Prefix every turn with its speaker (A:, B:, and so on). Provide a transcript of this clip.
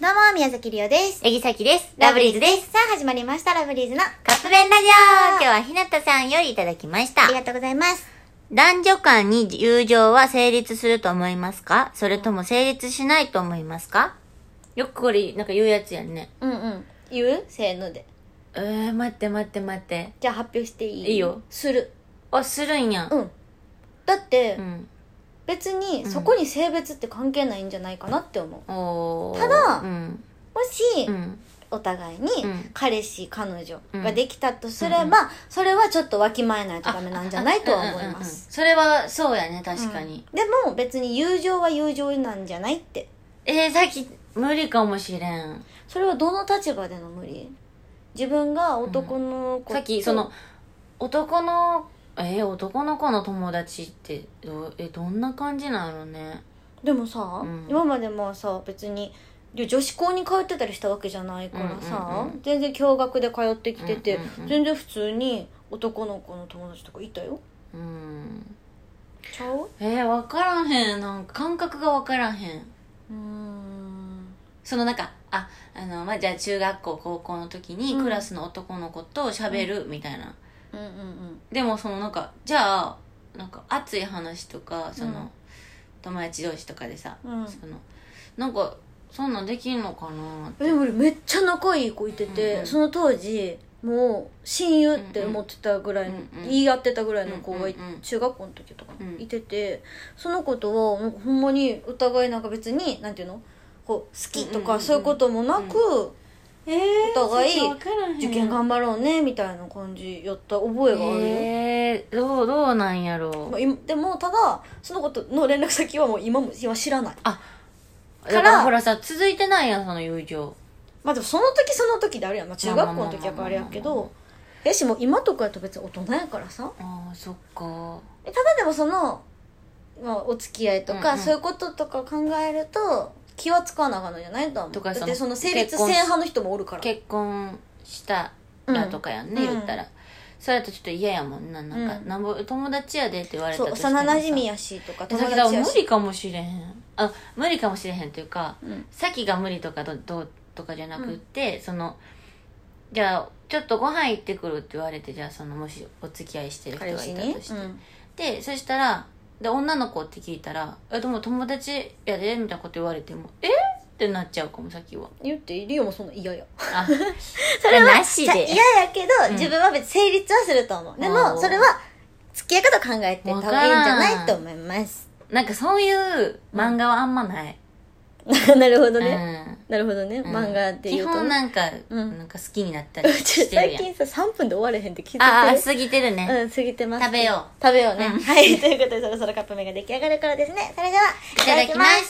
A: どうも、宮崎りおです。
B: えぎさきです。ラブリーズです。。
A: さあ、始まりました、ラブリーズの。あ
B: カップ麺ラジオ今日はひなたさんよりいただきました
A: り。がとうございます。
B: 男女間に友情は成立すると思いますかそれとも成立しないと思いますかよくこれ、なんか言うやつやんね。
A: うんうん。言うせーので。
B: えー、待って待って待って。
A: じゃあ、発表していい
B: いいよ。
A: する。
B: あ、するんや。
A: うん。だって、
B: うん。
A: 別に、
B: うん
A: そこに性別って関係ないんじゃないかなって思う。
B: おー
A: ただ
B: うん。
A: もし、
B: うん。
A: お互いに
B: うん、
A: 彼氏、彼女ができたとすれば、それはちょっとわきまえないとダメなんじゃないとは思い
B: うんうんうんう
A: ま
B: ん
A: す。
B: それは、そうやね、確かに。
A: うん。でも、別に友情は友情なんじゃないって。
B: えー、さっき、無理かもしれん。
A: それはどの立場での無理自分が男の子と、
B: さっきその男のえー男の子の友達ってどうえどんな感じなのね
A: でもさ、
B: うん
A: 今までもさ別にで女子校に通ってたりしたわけじゃないからさ、
B: うんうんう
A: 全然共学で通ってきてて、
B: うんうんうん
A: 全然普通に男の子の友達とかいたよ
B: うん
A: ちゃう
B: えー、分からへんなんか感覚が分からへん
A: うーん
B: そのなんかああの、まあ、じゃあ中学校高校の時に
A: うん
B: クラスの男の子と喋るみたいな、
A: うんうんうん
B: でもそのなんかじゃあなんか熱い話とかその、
A: うん
B: 友達同士とかでさ、
A: うん
B: そのなんかそんなんできんのかなって
A: えでも俺めっちゃ仲いい子いてて、
B: うんうん
A: その当時もう親友って思ってたぐらいの、
B: うんうん
A: 言い合ってたぐらいの子がい、
B: うんうんうん
A: 中学校の時とか
B: うん
A: いてて、その子とはなんかほんまにお互いなんか別になんていうのこう好きと
B: うんうんう
A: か
B: ん
A: そういうこともなく、
B: えー
A: お互い
B: そっか分からへん
A: 受験頑張ろうねみたいな感じやった覚えがあるよ、
B: えー、どうどうなんやろ
A: まあ
B: う
A: 今でもただその子との連絡先はもう今も今知らないら
B: だからほらさ続いてないやんその友情
A: まあでもその時その時であるやん、まあ、中学校の時やからあれやけ
B: まあまあまあまあ
A: どえしもう今とかやと別に大人やからさ
B: ああそっか
A: えただでもその、まあ、お付き合いとか、
B: うんうん
A: そういうこととか考えると気は使わなあかんのじゃないとは思う
B: とか
A: だ
B: そ
A: っ
B: の
A: てその成立せ
B: 結
A: ん
B: 婚
A: 派の人もおるから
B: 結婚したらとかやんね、
A: うん
B: 言ったらそれだとちょっと嫌やもんななんか、
A: うん
B: なんぼ友達やでって言われた
A: そう
B: としても
A: 幼
B: さ
A: 馴染やしとか
B: で
A: 友
B: さっ
A: 達
B: きだから
A: や
B: 無
A: し
B: 理かもしれへんあ無理かもしれへんというか
A: うん
B: さきが無理とかどどうとかじゃなくって、そのじゃあちょっとご飯行ってくるって言われてじゃあそのもしお付き合いしてる人が
A: 彼氏
B: いた
A: に
B: として、でそしたらで女の子って聞いたら「えでも友達やで」みたいなこと言われても「えってなっちゃうかもさっきは
A: 言ってリオもそんな嫌や
B: あそれなし
A: じゃあ嫌
B: で
A: やけど、
B: うん
A: 自分は別に成立はすると思うで
B: お
A: も
B: ー
A: それは付き合い方考えてた方がいいんじゃないと思います
B: なんかそういう漫画はあんまない、
A: なるほど
B: う
A: ね、
B: ん
A: なるほどね、
B: うん
A: 漫画で
B: 基
A: 言うと
B: 本
A: ね
B: なんか、
A: うん
B: なんか好きになったり
A: う ち
B: してる
A: 最
B: やん
A: 近さ3分で終われへんって気づいてる
B: ああ過ぎてるね、
A: うん、過ぎてます。
B: 食べよ
A: う。食べようね。
B: うん
A: はい、ということでそろそろカップ麺が出来上がるからですね。それでは、
B: いただきます